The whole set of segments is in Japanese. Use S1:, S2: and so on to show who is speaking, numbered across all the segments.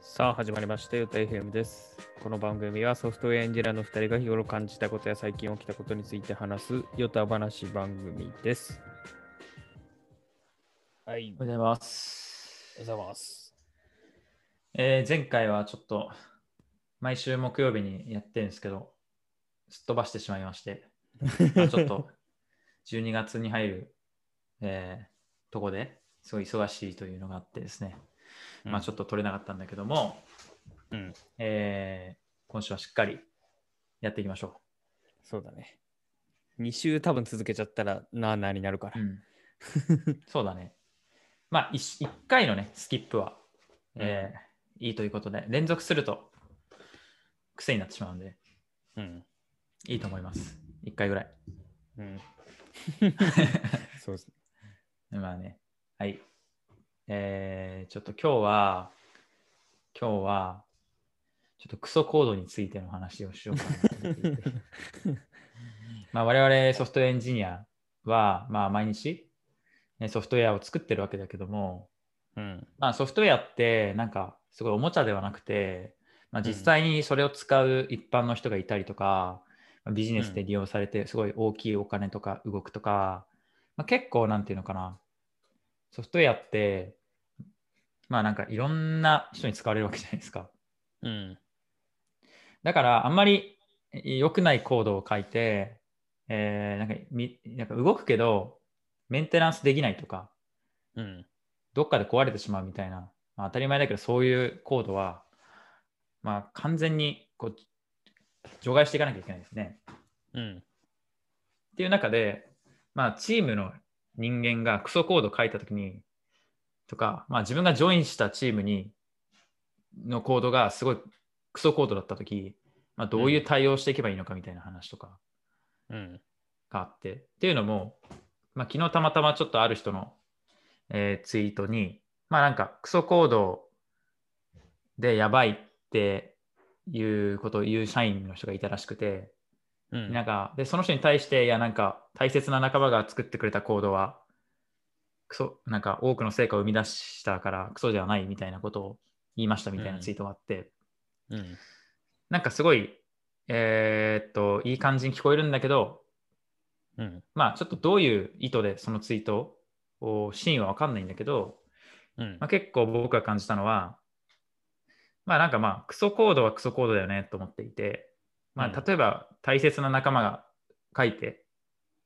S1: さあ始まりました、ヨタ FM です。この番組はソフトウェアエンジニアの2人が日頃感じたことや最近起きたことについて話すヨタ話番組です。はい、
S2: おはようございます。
S1: おはようございます。
S2: えー前回はちょ っと毎週木曜日にやってるんですけど、すっ飛ばしてしまいまして、まあちょ っと12月に入る、えーとこですごい忙しいというのがあってですね、まあち
S1: ょっ
S2: ょっと取れなかったんだけども、
S1: と、うん、
S2: えー今週はしっかりやっていきましょ
S1: そうだね。2週多分続けちゃったらなあなあになるか
S2: う。
S1: ら。
S2: うん、そうだね。まあ 1, 回のね、スキップは、えーいいということで、連続すると癖になってしまうんで、
S1: うん。
S2: いいと思います。1回ぐらい。
S1: うん。 そうです。
S2: まあね。はい。えー、ちょっと今日は、今日は、ちょっとクソコードについての話をしようかなと思っていて まあ我々ソフトウェアエンジニアは、まあ毎日、ね、ソフトウェアを作ってるわけだけども、
S1: うん。
S2: まあソフトウェアってなんかすごいおもちゃではなくて、まあ、実際にそれを使う一般の人がいたりとか、まあビジネスで利用されてすごい大きいお金とか動くとか、まあ、結構なんていうのかなソフトウェアってまあなんかいろんな人に使われるわけじゃないですか
S1: うん。
S2: だからあんまりえ良くないコードを書いて、えーなんかみなんか動くけどメンテナンスできないとか
S1: うん。
S2: どっかで壊れてしまうみたいな、まあ、当たり前だけどそういうコードは、まあ、完全にこう除外していかなきゃいけないですね。
S1: うん。
S2: っていう中で、まあ、チームの人間がクソコード書いたときにとか、まあ、自分がジョインしたチームにのコードがすごいクソコードだったとき、まあ、どういう対応していけばいいのかみたいな話とか、
S1: うん。
S2: があって。っていうのも、まあ、昨日たまたまちょっとある人の、えーツイートに、まあなんかクソ行動でやばいっていうことを言う社員の人がいたらしくて、
S1: うん。
S2: なんかでその人に対して、いやなんか大切な仲間が作ってくれた行動は、クソなんか多くの成果を生み出したからクソではないみたいなことを言いましたみたいなツイートがあって、
S1: うん。
S2: なんかすごい、えーっと、いい感じに聞こえるんだけど、
S1: うん。
S2: まあちょっとどういう意図でそのツイートを真意は分かんないんだけど、
S1: うん
S2: まあ、結構僕が感じたのはまあなんかまあクソコードはクソコードだよねと思っていて、ま
S1: う
S2: あ、
S1: ん
S2: 例えば大切な仲間が書いて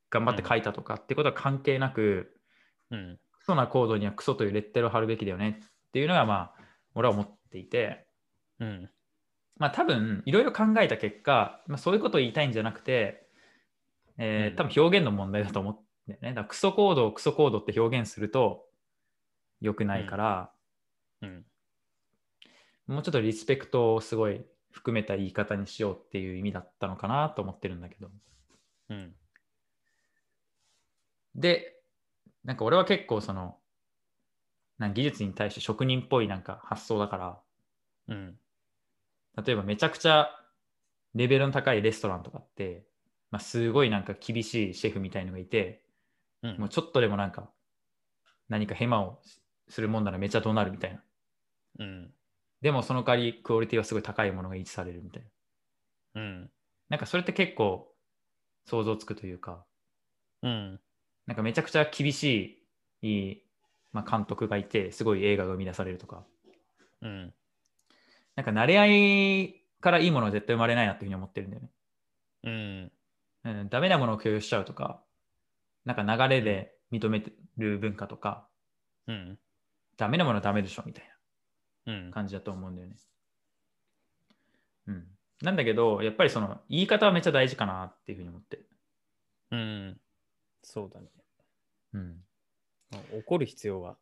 S2: 頑張って書いたとかってことは関係なく、
S1: うん。
S2: クソなコードにはクソというレッテルを貼るべきだよねっていうのがまあ俺は思っていて。
S1: うん。
S2: まあ多分いろいろ考えた結果、まあ、そういうことを言いたいんじゃなくて、えー
S1: うん
S2: 多分表現の問題だと思ってねだからクソコードをクソコードって表現すると良くないから、
S1: うん。
S2: もうちょっとリスペクトをすごい含めた言い方にしようっていう意味だったのかなと思ってるんだけど
S1: うん。
S2: でなんか俺は結構そのなんか技術に対して職人っぽいなんか発想だから
S1: うん。
S2: 例えばめちゃくちゃレベルの高いレストランとかって、まあ、すごいなんか厳しいシェフみたいのがいて
S1: うん。
S2: もうちょっとでもなんか、何かヘマをしするもんならめちゃ怒鳴るみたいな。
S1: うん。
S2: でもその代わりクオリティはすごい高いものが維持されるみたいな。
S1: うん。
S2: なんかそれって結構想像つくというか、
S1: うん。
S2: なんかめちゃくちゃ厳しい、いいまあ、監督がいて、すごい映画が生み出されるとか、
S1: うん。
S2: なんか慣れ合いからいいものは絶対生まれないなっていうふうに思ってるんだよね。
S1: うん。
S2: うん、ダメなものを共有しちゃうとか、なんか流れで認めてる文化とか、
S1: うん。
S2: ダメなものはダメでしょみたいな。
S1: うん。
S2: 感じだと思うんだよね。うん。なんだけど、やっぱりその言い方はめっちゃ大事かなっていうふうに思って。
S1: うん。そうだね。
S2: うん。
S1: まあ怒る必要は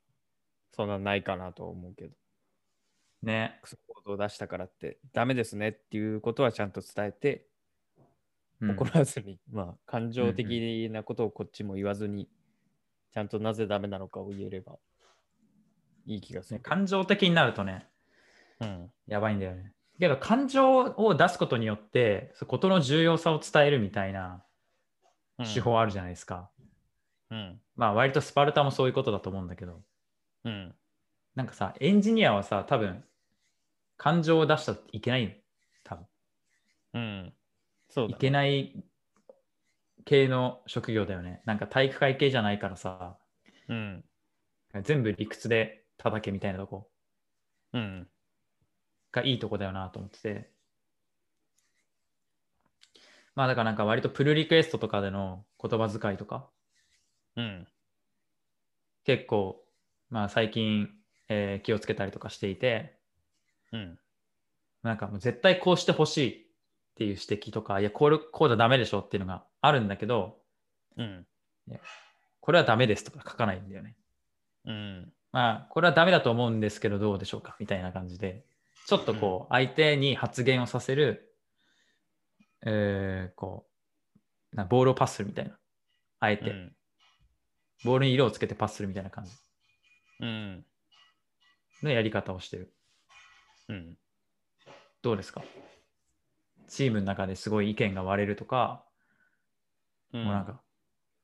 S1: そんなないかなと思うけど、
S2: ね。
S1: クソコードを出したからって、ダメですねっていうことはちゃんと伝えて、
S2: うん
S1: 怒らずに、まあ、感情的なことをこっちも言わずに、ちゃんとなぜダメなのかを言えればいい気がする。
S2: 感情的になるとね、
S1: うん。
S2: やばいんだよね。けど感情を出すことによって、そうことの重要さを伝えるみたいな
S1: うん
S2: 手。法あるじゃないですか。
S1: うん。
S2: まあ割とスパルタもそういうことだと思うんだけど、
S1: うん。
S2: なんかさ、エンジニアはさ、多分、感情を出したらいけないよ多分
S1: うん。そう
S2: い
S1: だ。
S2: けない系の職業だよねなんか体育会系じゃないからさ
S1: うん。
S2: 全部理屈で叩けみたいなとこ
S1: うん。
S2: がいいとこだよなと思っててまあだからなんか割とプルリクエストとかでの言葉遣いとか
S1: うん。
S2: 結構まあ最近、えー気をつけたりとかしていて
S1: うん。
S2: なんかもう絶対こうしてほしいっていう指摘とかいやこれこうじゃダメでしょっていうのがあるんだけど
S1: うん。
S2: これはダメですとか書かないんだよね
S1: うん。
S2: まあこれはダメだと思うんですけどどうでしょうかみたいな感じでちょっとこう相手に発言をさせる、えーこうなボールをパスするみたいなあえて、
S1: うん
S2: ボールに色をつけてパスするみたいな感じ
S1: うん。
S2: のやり方をしてる
S1: うん。
S2: どうですかチームの中ですごい意見が割れるとか、
S1: うん
S2: もうなんか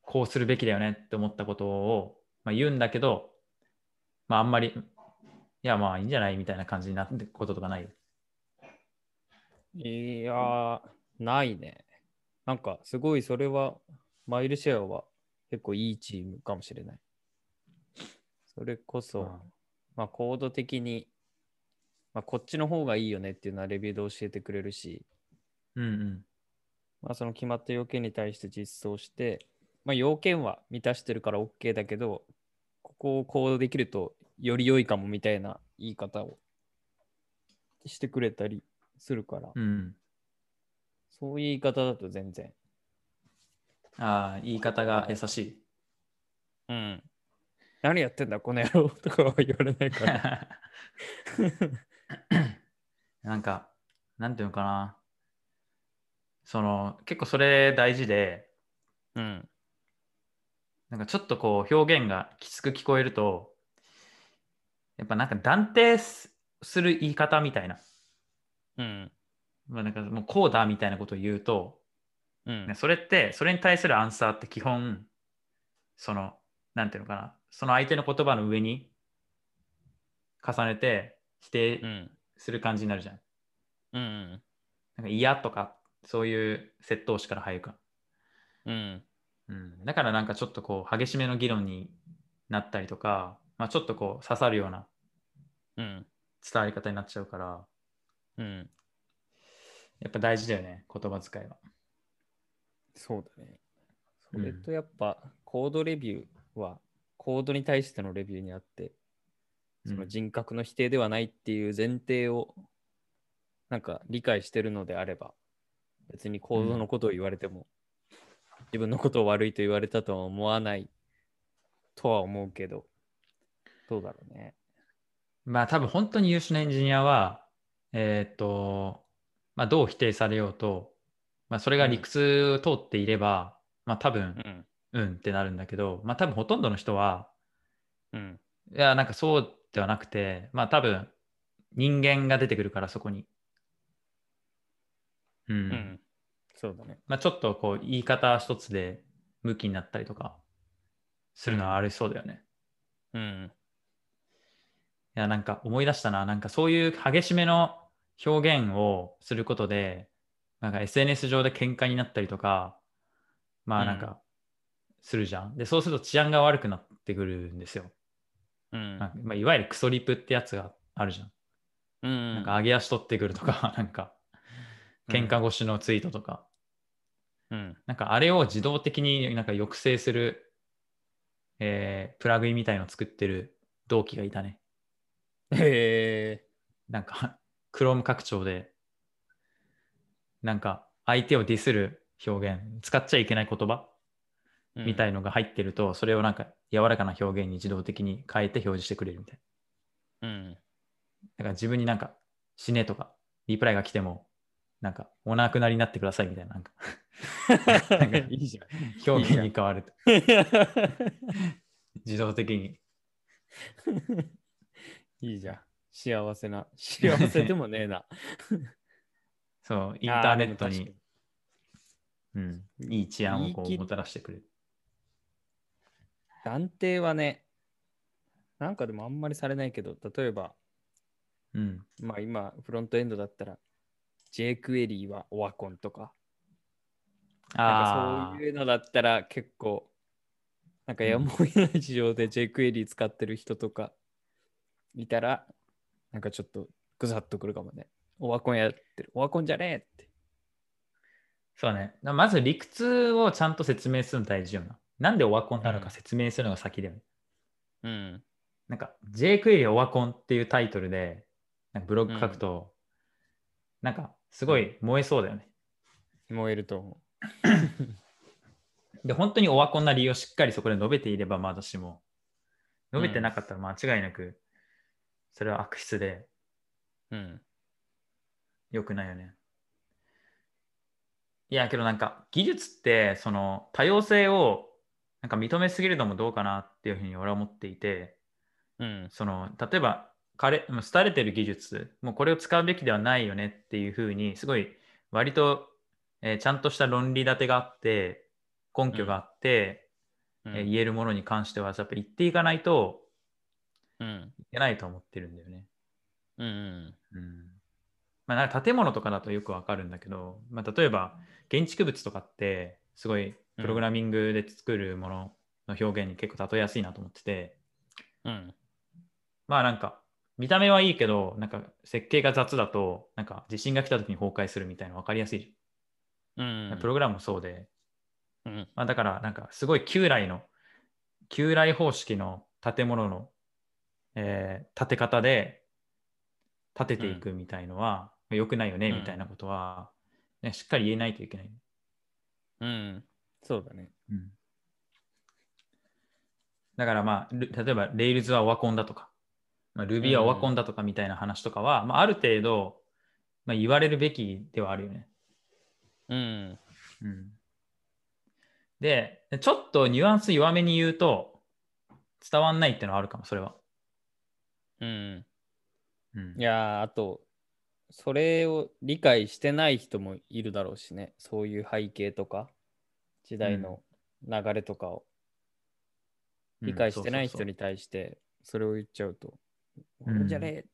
S2: こうするべきだよねって思ったことを、まあ、言うんだけど、まあ、あんまりいやまあいいんじゃないみたいな感じになってこととかない
S1: いやー、ないね。なんか、すごいそれは、マイルシェアは結構いいチームかもしれない。それこそ、まあ、コード的に、まあ、こっちの方がいいよねっていうのはレビューで教えてくれるし、
S2: うんうん
S1: まあ、その決まった要件に対して実装して、まあ、要件は満たしてるから OK だけど、ここを行動できるとより良いかもみたいな言い方をしてくれたりするから、
S2: うん
S1: そういう言い方だと全然。
S2: ああ言い方が優しい
S1: うん。何やってんだ、この野郎とかは言われないから。
S2: なんかなんていうのかなその結構それ大事で
S1: うん。
S2: なんかちょっとこう表現がきつく聞こえると、やっぱなんか断定すする言い方みたいな、
S1: うん。
S2: まあ、なんかもうこうだみたいなことを言うと、
S1: うん。
S2: それって、それに対するアンサーって基本、その、なんていうのかな、その相手の言葉の上に重ねて否
S1: う
S2: 定
S1: ん。
S2: する感じになるじゃん。
S1: うん。
S2: なんか嫌とか、そういう窃盗詞から入るか
S1: う
S2: ら。
S1: ん。
S2: うん、だからなんかちょっとこう激しめの議論になったりとか、まあ、ちょっとこう刺さるような
S1: うん。
S2: 伝わり方になっちゃうから
S1: うん。
S2: やっぱ大事だよね言葉遣いは
S1: そうだね。それとやっぱ、コードレビューは、コードに対してのレビューにあって、その人格の否定ではないっていう前提を、なんか理解してるのであれば、別に構造のことを言われても、自分のことを悪いと言われたとは思わないとは思うけど、どうだろうね。
S2: まあ多分本当に優秀なエンジニアはえーっと、まあ、どう否定されようと、まあ、それが理屈を通っていれば、まあ多分
S1: ん。
S2: うんってなるんだけどまあ多分ほとんどの人は
S1: うん。
S2: いやなんかそうではなくてまあ多分人間が出てくるからそこにうん、
S1: うん。そうだね。
S2: まあ、ちょっとこう言い方一つで向きになったりとかするのはありそうだよね、
S1: うん。
S2: いや、なんか思い出したな。なんかそういう激しめの表現をすることで、なんか SNS 上で喧嘩になったりとか、ま
S1: う
S2: あ
S1: ん
S2: なんか、するじゃん。で、そうすると治安が悪くなってくるんですよ。
S1: うん。
S2: なんかまあ、いわゆるクソリプってやつがあるじゃん。
S1: うん。
S2: なんか上げ足取ってくるとか、 なんか、喧嘩越しのツイートとか。
S1: うん。
S2: なんかあれを自動的になんか抑制する、えープラグインみたいのを作ってる同期がいたね。
S1: へえ。
S2: なんか、Chrome 拡張で、なんか、相手をディスる表現、使っちゃいけない言葉みた
S1: い。
S2: いのが入ってると、それをなんか、柔らかな表現に自動的に変えて表示してくれるみたいな。
S1: うん。
S2: だから自分になんか、死ねとか、リプライが来ても、なんか、お亡くなりになってくださいみたい な、なんか、んか
S1: いいじ ゃん。
S2: 表
S1: いい
S2: 現
S1: じゃん
S2: に変わると。自動的に。
S1: いいじゃん。幸せな。幸せでもねえ な。
S2: そう、インターネット
S1: あーでも確か
S2: に、うん、いい治安をこ
S1: 言いう切
S2: もたらしてくれる。
S1: 断定はね、なんかでもあんまりされないけど、例えば、
S2: うん。
S1: まあ今、フロントエンドだったら、JQuery はオワコンとか、なん
S2: あ
S1: か
S2: あ
S1: そういうのだったら結構、なんかやむを得ない事情で JQuery 使ってる人とかいたら、なんかちょっとぐざっとくるかもね。オワコンやってる。オワコンじゃねえって。
S2: そうね。まず理屈をちゃんと説明するの大事よな。なんでオワコンなのか説明するのが先だよね。
S1: うん。
S2: なんか JQuery オワコンっていうタイトルでなんかブログ書くと、なんかすごい燃えそうだよね。
S1: 燃えると思
S2: で、本当にオワコンな理由をしっかりそこで述べていればまだしも、述べてなかったら間違いなく、それは悪質で
S1: う。うん。
S2: 良くないよね。いや、けどなんか技術ってその多様性をなんか認めすぎるのもどうかなっていうふうに俺は思っていて、
S1: うん。
S2: その例えば彼もう廃れてる技術もうこれを使うべきではないよねっていうふうにすごい割と、えーちゃんとした論理立てがあって根拠があって、
S1: うん
S2: えー言えるものに関してはやっぱ言っていかないと
S1: うん。
S2: いけないと思ってるんだよね。
S1: うんうん。
S2: うんまあ、なんか建物とかだとよくわかるんだけど、まあ、例えば建築物とかってすごいプログラミングで作るものの表現に結構例えやすいなと思ってて。
S1: うん。
S2: まあなんか、見た目はいいけど、なんか設計が雑だと、なんか地震が来た時に崩壊するみたいなの分かりやすいじ
S1: うん
S2: ゃん。プログラムもそうで、
S1: うん。
S2: まあだからなんかすごい旧来の、旧来方式の建物の、えー建て方で建てていくみたいのは良くないよね
S1: うん
S2: みたいなことは、ね、しっかり言えないといけない。
S1: うん。そうだね。
S2: うんだからまあ、ル例えば Rails はオワコンだとか、まあ、Ruby はオワコンだとかみたいな話とかは、まあ、ある程度、まあ、言われるべきではあるよね。
S1: うん。
S2: うん、で、ちょっとニュアンス弱めに言うと、伝わんないってのはあるかも、それは。
S1: うん。
S2: うん
S1: いやーあと、それを理解してない人もいるだろうしね。そういう背景とか、時代の流れとかを理解してない人。
S2: うんそうそうそう
S1: に対して、それを言っちゃうと、
S2: うん
S1: 俺じゃね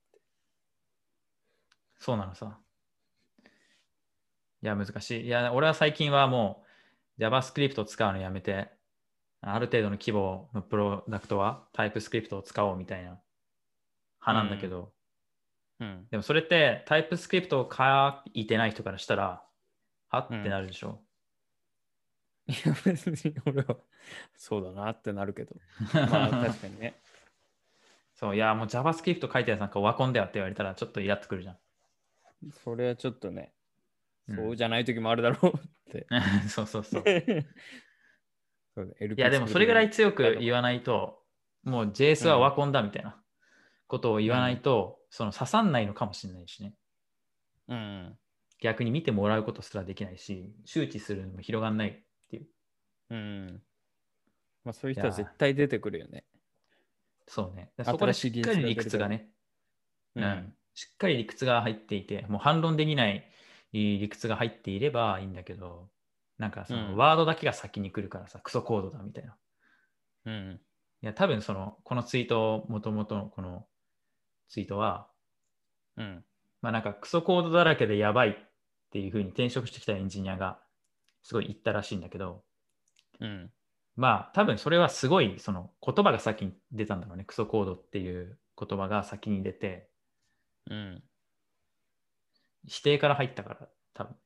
S2: そうなのさ。いや、難しい。いや、俺は最近はもう JavaScript を使うのやめて、ある程度の規模のプロダクトは TypeScript を使おうみたいな派なんだけど、
S1: え。うん。
S2: でもそれって TypeScript を書いてない人からしたら、はってなるでしょ。
S1: いや、別に俺は、そうだなってなるけ ど。まあ、確かにね。
S2: そう、いや、もう JavaScript 書いてるやつなんかオワコンだよって言われたらちょっとイラっとくるじゃん。
S1: それはちょっとね、
S2: うん
S1: そうじゃない時もあるだろうって。
S2: そうそうそう。
S1: そうだ LP
S2: いや、でもそれぐらい強
S1: 作
S2: く
S1: る時
S2: 言わないと、もう JS はワコンだみたいなことを言わないと、その刺さんないのかもしれないしね。
S1: にうん。
S2: 逆に見てもらうことすらできないし、周知するのも広がんない。
S1: うん。まあ、そういう人は絶対出てくるよね。
S2: そうね。だから
S1: 新
S2: そこでし
S1: しい
S2: っかり理
S1: 技
S2: 屈
S1: 術が
S2: が
S1: 出
S2: ね、うん、しっかり理屈が入っていて、もう反論できない理屈が入っていればいいんだけど、なんかそ
S1: うん
S2: のワードだけが先に来るからさ、クソコードだみたいな。
S1: うん。うん。
S2: いや、多分その、このツイート、もともとのこのツイートは、
S1: うん。
S2: まあなんかクソコードだらけでやばいっていう風に転職してきたエンジニアがすごい言ったらしいんだけど、
S1: うん。
S2: まあ多分それはすごいその言葉が先に出たんだろうね。クソコードっていう言葉が先に出て、
S1: うん。
S2: 否定から入ったから多分。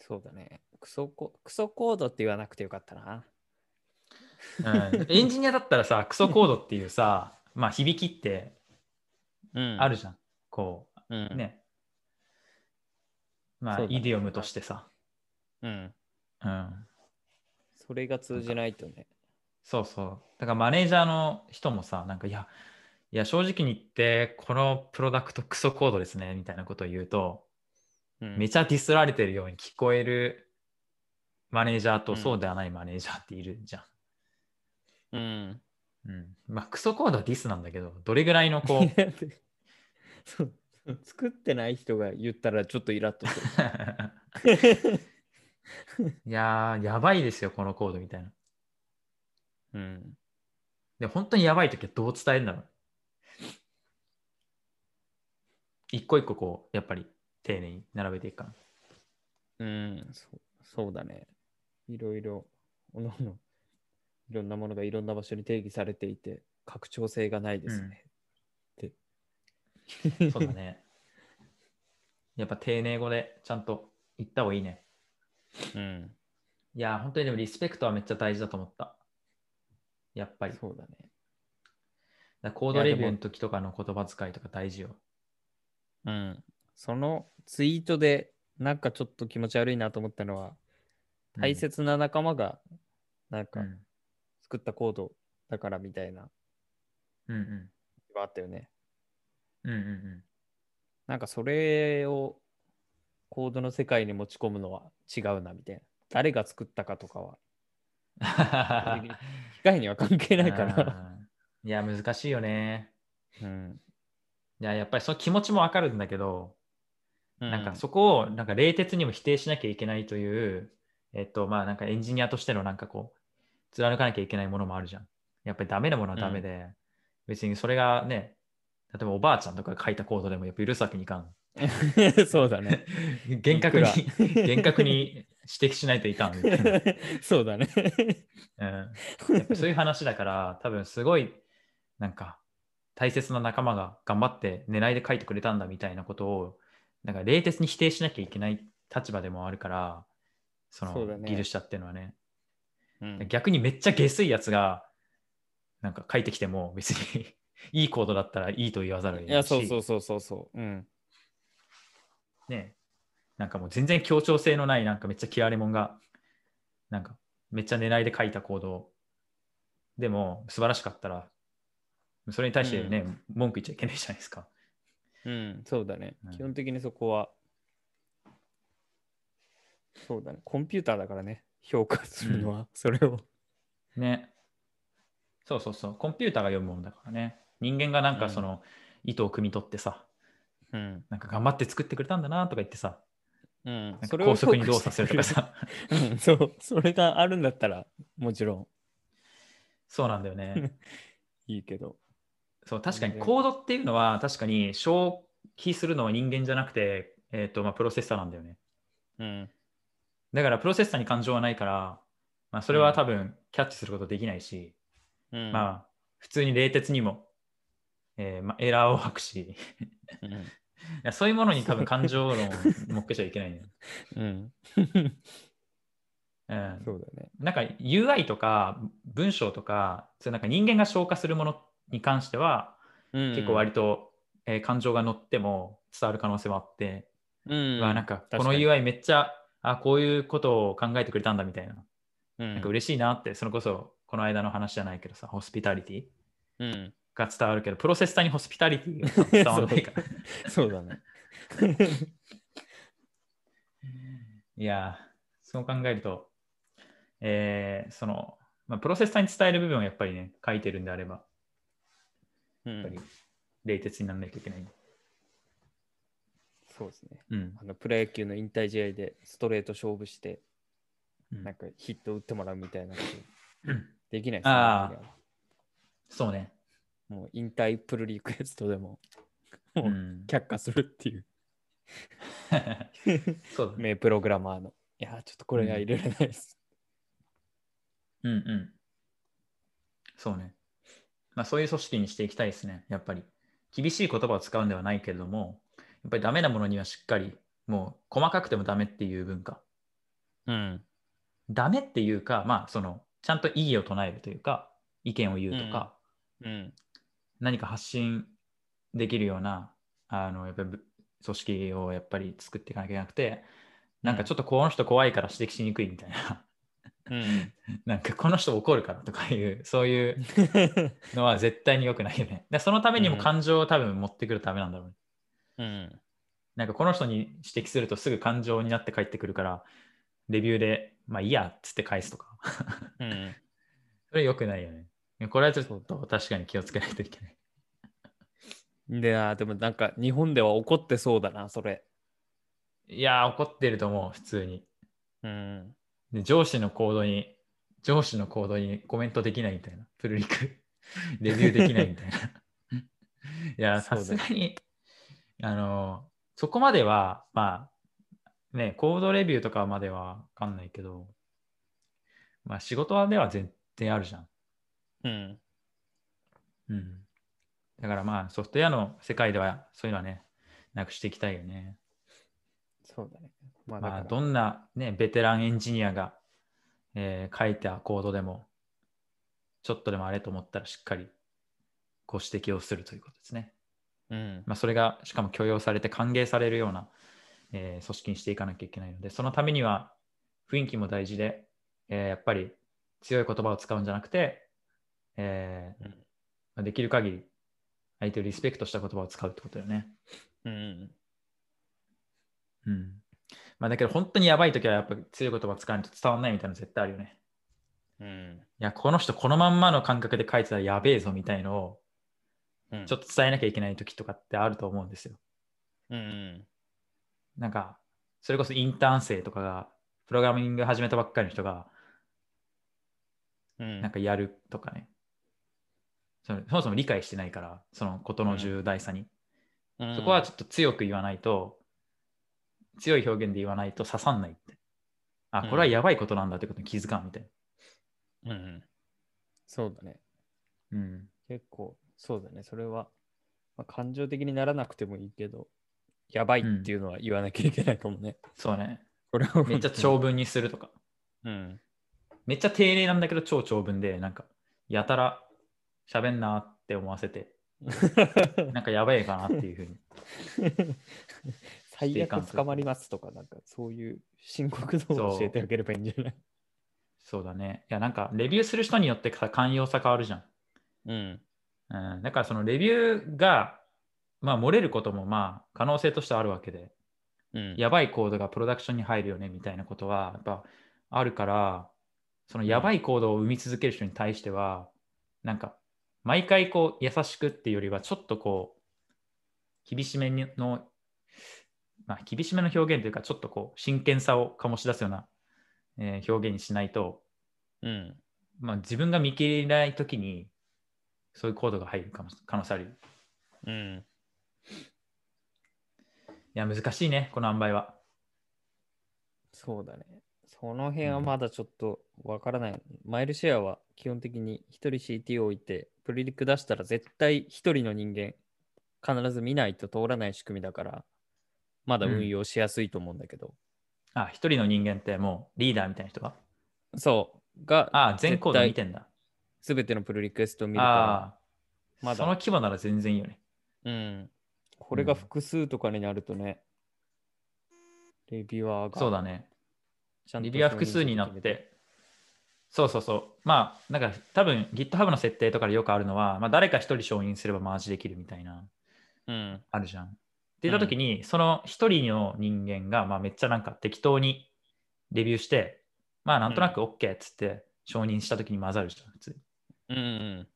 S1: そうだね。クソコクソコードって言わなくてよかったな。
S2: うん、エンジニアだったらさ、クソコードっていうさ、まあ響きって
S1: うん
S2: ある。じゃん。こ
S1: うん。
S2: う、。ね。まあ、
S1: そうだね
S2: イディオムとしてさ。
S1: うん。
S2: うん。
S1: それが通じないとね。
S2: そうそう。だからマネージャーの人もさ、なんか、いや、いや、正直に言って、このプロダクトクソコードですね、みたいなことを言うと、
S1: うん
S2: めちゃディスられてるように聞こえるマネージャー
S1: う
S2: と、
S1: ん
S2: そうではないマネージャーっているじゃ
S1: うん。、
S2: ん。うん。まあ、クソコードはディスなんだけど、どれぐらいのこう
S1: そう作ってない人が言ったらちょっとイラッとす る。
S2: いやー、やばいですよ、このコードみたいな。
S1: うん。
S2: で、本当にやばい時はどう伝えるんだろう。一個一個こう、やっぱり丁寧に並べていくかな。
S1: うん、そうそうだね。いろいろ、おのおの、いろんなものがいろんな場所に定義されていて、拡張性がないですね。って。
S2: そうだね。やっぱ丁寧語でちゃんと言った方がいいね。
S1: うん、
S2: いやー、本当にでもリスペクトはめっちゃ大事だと思った。やっぱり。だか
S1: そうだね。
S2: らコードレビューの時とかの言葉遣いとか大事よ。
S1: うん。そのツイートで、なんかちょっと気持ち悪いなと思ったのは、
S2: うん
S1: 大切な仲間が、なん
S2: う
S1: か
S2: ん。
S1: 作ったコードだからみたいな、
S2: うんうん。
S1: あったよね。
S2: うんうんうん。
S1: なんかそれをコードの世界に持ち込むのは違うなみたいな。誰が作ったかとかは、機械には関係ないから。
S2: あー。いや、難しいよね。
S1: うん。
S2: いや、やっぱりその気持ちもわかるんだけど、なんかそこをなんか冷徹にも否定しなきゃいけないという、えっと、まあなんかエンジニアとしてのなんかこう、貫かなきゃいけないものもあるじゃん。やっぱりダメなものはダメで、別にそれがね、例えばおばあちゃんとかが書いたコードでもやっぱ許すわけにいか ん。
S1: うんそうだね。
S2: 厳格に、
S1: いくら
S2: 厳格に指摘しないと いかんみたいな。
S1: そうだね。
S2: うんやっぱそういう話だから、 多分すごい、なんか、大切な仲間が頑張って狙いで書いてくれたんだみたいなことを、なんか冷徹に否定しなきゃいけない立場でもあるから、そ
S1: そうだ
S2: の、
S1: ね
S2: ギルシャっていうのはね。
S1: うん
S2: 逆にめっちゃ下水やつが、なんか書いてきても別に いいコードだったらいいと言わざるを得
S1: い
S2: な
S1: や、
S2: いし、
S1: そうそうそうそうそう。うん。
S2: ね。なんかもう全然協調性のない、なんかめっちゃ嫌われ者が、なんかめっちゃ狙いで書いた行動でも素晴らしかったら、それに対してね、文句言っちゃいけないじゃないですか。
S1: うん、そうだね
S2: うん。
S1: 基本的にそこは、そうだね。コンピューターだからね、評価するのは、それを。
S2: ね。そうそうそう。コンピューターが読むもんだからね。人間がなんかその意図を汲み取ってさ、
S1: うん。
S2: なんか頑張って作ってくれたんだなとか言ってさ、
S1: うん
S2: なん。か
S1: それを
S2: 高速に動作す
S1: 評価
S2: るとか
S1: して
S2: さ。
S1: くれる。うん、そう。それがあるんだったら、もちろん
S2: そうなんだよね。
S1: いいけど。
S2: そう、確かに
S1: 全然
S2: コードっていうのは確かに消費するのは人間じゃなくて、えっ、と、まあ、プロセッサーなんだよね。
S1: うん。
S2: だからプロセッサーに感情はないから、まあ、それは多分キャッチすることできないし、
S1: うん、あ、
S2: まあ普通に冷徹にも、えーまあ、エラーを吐くしい
S1: うん。
S2: やそういうものに多分感情論を持っけちゃい けないね、
S1: うん、
S2: う
S1: そ
S2: ん、
S1: うだね。
S2: なんか UI とか文章とかそういうなんか人間が消化するものに関しては結構割と、えー感情が乗っても伝わる可能性もあって、
S1: と、う、
S2: うんわなんかこの
S1: 確かに
S2: UI めっちゃあこういうことを考えてくれたんだみたいな
S1: うん、
S2: なんか嬉しいなって、それこそこの間の話じゃないけどさ、ホスピタリティ
S1: うん、
S2: が伝わるけど、プロセッサーにホスピタリティが伝わらないから。
S1: そうだね。
S2: いやー、そう考えると、えーその、まあ、プロセッサーに伝える部分をやっぱりね、書いてるんであれば、
S1: う
S2: やっぱり
S1: ん、
S2: 冷徹にならないといけない。
S1: そうですね。
S2: うん。
S1: あのプロ野球の引退試合でストレート勝負して、
S2: うん
S1: なんかヒット打ってもらうみたいなこと
S2: うん
S1: できないですね
S2: ああ
S1: それは
S2: そうね。
S1: もう引退プルリクエストでも
S2: う、
S1: もうん却下するっていう、
S2: そうだね。
S1: 名プログラマーの。いやー、ちょっとこれは入れられないです。
S2: うんうん。そうね。まあそういう組織にしていきたいですね。やっぱり。厳しい言葉を使うんではないけれども、やっぱりダメなものにはしっかり、もう細かくてもダメっていう文化。
S1: うん、
S2: ダメっていうか、まあその、ちゃんと異議を唱えるというか、意見を言うとか、
S1: うん、
S2: 何か発信できるような、あの、やっぱりぶ組織をやっぱり作っていかなきゃいけなくて、なんかちょっとこの人怖いから指摘しにくいみたいな、
S1: うん。
S2: なんかこの人怒るからとかいう、そういう のは絶対に良くないよね。でそのためにも
S1: うん
S2: 感情を多分持ってくるためなんだろうね。
S1: うん、
S2: なんかこの人に指摘するとすぐ感情になって帰ってくるから、レビューで、まあいいやっつって返すとか。
S1: うん。
S2: それ良くないよね。これはちょっ
S1: そう
S2: と確かに気をつけないといけない。
S1: で、あーでもなんか日本では怒ってそうだな、それ。
S2: いやー、怒ってると思う、普通に。
S1: うん。
S2: で上司の行動に、上司の行動にコメントできないみたいな。プルリ ク、レビューできないみたいな。いやー、
S1: そ
S2: さ
S1: うだ
S2: す
S1: ね
S2: がに、あの、そこまでは、まあ、ね、コードレビューとかまではわかんないけど、まあ仕事では絶対あるじゃん。
S1: うん。
S2: うん。だからまあソフトウェアの世界ではそういうのはね、なくしていきたいよね。
S1: そうだね。まあ、だか
S2: まあ
S1: ら
S2: どんなね、ベテランエンジニアが、えー書いたコードでも、ちょっとでもあれと思ったらしっかりご指摘をするということですね。
S1: うん。
S2: まあ、それがしかも許容されて歓迎されるような、えー組織にしていかなきゃいけないので、そのためには雰囲気も大事で、えーやっぱり強い言葉を使うんじゃなくて、えー
S1: うん
S2: まあできる限り相手をリスペクトした言葉を使うってことだよね。
S1: うん。
S2: うんまあ、だけど本当にやばい時はやっぱ強い言葉を使わないと伝わらないみたいなの絶対あるよね。
S1: うん。
S2: いや、この人このまんまの感覚で書いてたらやべえぞみたいのを
S1: うん。
S2: ちょっと伝えなきゃいけない時とかってあると思うんですよ。
S1: うん。
S2: なんか、それこそインターン生とかが、プログラミング始めたばっかりの人が、
S1: うん。
S2: なんかやるとかね、そのそもそも理解してないから、そのことの重大さに。
S1: うん、
S2: そこはちょっと強く言わないと、強い表現で言わないと刺さんないって。あ、これはやばいことなんだってことに気づかんみたい
S1: うんうん。そうだね。
S2: な。うん。
S1: 結構、そうだね。それは、まあ、感情的にならなくてもいいけど、やばいっていうのは言わなきゃいけないかもね。
S2: そうね。
S1: これは
S2: めっちゃ長文にするとか。
S1: うん。
S2: めっちゃ丁寧なんだけど超長文で、なんか、やたら喋んなって思わせて、なんかやばいかなっていうふうに。
S1: 最悪捕まりますとか、なんかそういう深刻度を教えてあげればいいんじゃない
S2: そうだね。いや、なんか、レビューする人によってさ寛容さ変わるじゃん。
S1: うん。
S2: うん、だから、そのレビューが、まあ、漏れることも、まあ、可能性としてはあるわけで、
S1: うん。
S2: やばいコードがプロダクションに入るよね、みたいなことは、やっぱ、あるから、そのやばいコードを生み続ける人に対しては、なんか、毎回、こう、優しくっていうよりは、ちょっとこう、厳しめの、まあ、厳しめの表現というか、ちょっとこう、真剣さを醸し出すような、えー表現にしないと、
S1: うん。
S2: まあ、自分が見切れないときに、そういうコードが入るかも可能性ある。
S1: うん。
S2: いや、難しいね、この塩梅は。
S1: そうだね。その辺はまだちょっとわからない。マイルシェアは基本的に一人 CT を置いて、プリリク出したら絶対一人の人間、必ず見ないと通らない仕組みだから、まだ運用しやすいと思うんだけど、
S2: あ、一人の人間ってもうリーダーみたいな人が。
S1: そう、が
S2: あ、全コード見てんだ。
S1: 全てのプルリクエストを見るか
S2: ああ、
S1: ら、ま
S2: その
S1: だ、
S2: 規模なら全然いいよね。
S1: うん。これが複数とかになるとね、レビュアーが、
S2: そうだね。
S1: ちゃんと
S2: リビュア複数になっ
S1: 表示で
S2: て。そうそうそう。まあ、なんか多分 GitHub の設定とかでよくあるのは、まあ、誰か一人承認すればマージできるみたいな、
S1: きる。うん。
S2: あるじゃん。って言った時に、その一人の人間が、まあ、めっちゃなんか適当にレビューして、まあ、なんとなく OK っつって承認した時に混ざるじゃん、普通に。
S1: うんうん。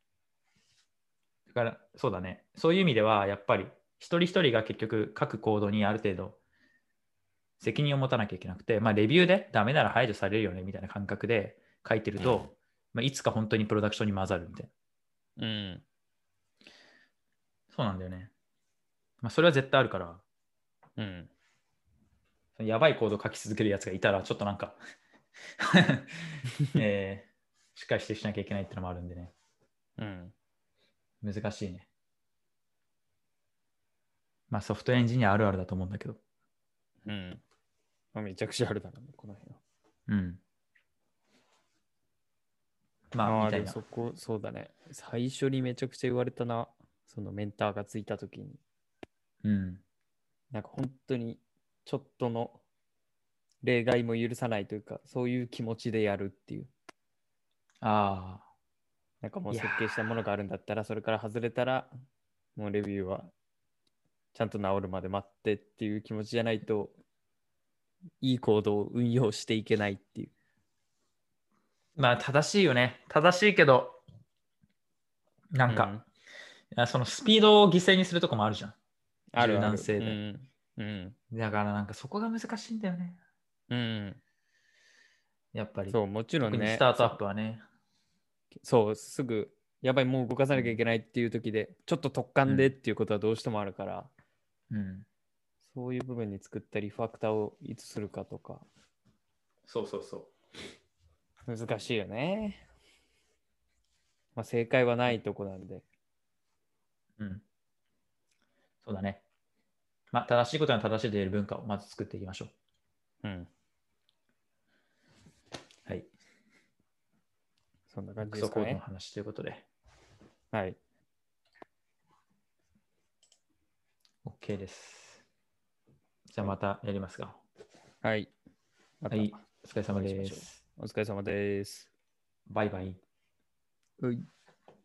S2: だから、そうだね。そういう意味では、やっぱり、一人一人が結局、各行動にある程度、責任を持たなきゃいけなくて、まあ、レビューでダメなら排除されるよね、みたいな感覚で書いてると、
S1: うん
S2: まあ、いつか本当にプロダクションに混ざるみたいな。
S1: うん。
S2: そうなんだよね。まあ、それは絶対あるから、
S1: うん。
S2: やばいコードを書き続けるやつがいたら、ちょっとなんか、えーしっかり指摘しなきゃいけないってのもあるんでね、
S1: うん。
S2: 難しいね。まあ、ソフトウェアエンジニアあるあるだと思うんだけど。
S1: うん。まあ、めちゃくちゃあるだろうね、この辺は。
S2: うん。まあ、
S1: ああ
S2: み
S1: ー、
S2: た
S1: で
S2: い
S1: も
S2: な
S1: そ。こ、そうだね。最初にめちゃくちゃ言われたな。そのメンターがついたときに。
S2: うん。
S1: なんか本当に、ちょっとの例外も許さないというか、そういう気持ちでやるっていう。
S2: ああ。
S1: なんかもう
S2: いや
S1: 設
S2: ー
S1: 計したものがあるんだったら、それから外れたら、もうレビューはちゃんと治るまで待ってっていう気持ちじゃないと、いい行動を運用していけないっていう。
S2: まあ、正しいよね。正しいけど、なんか、
S1: うん
S2: いやそのスピードを犠牲にするとこもあるじゃん。
S1: あるある
S2: 柔軟性で
S1: うん。うん
S2: だから、なんかそこが難しいんだよね。
S1: うん、
S2: やっぱり。
S1: そう、もちろん
S2: 特に
S1: ね。
S2: スタートアップはね。
S1: そう、すぐ、やばい、もう動かさなきゃいけないっていう時で、ちょっと突貫でっていうことはどうしてもあるから、
S2: うん。
S1: そういう部分に作ったリファクターをいつするかとか、
S2: そうそうそ
S1: 難しいよね。まあ、正解はないとこなんで。
S2: う。うん。そうだね。まあ、正しいことには正しいと言える文化をまず作っていきましょう。
S1: うん。
S2: はい。
S1: そんな感
S2: ク
S1: じで
S2: ソ
S1: すか
S2: コードの
S1: ね。
S2: 話ということで、
S1: はい。
S2: OK です。じゃあまたやりますか。
S1: はい。また
S2: はい。お疲れ様
S1: お会いしま
S2: で
S1: しょ
S2: す。
S1: お疲れ様です。
S2: バイバイ。
S1: はい。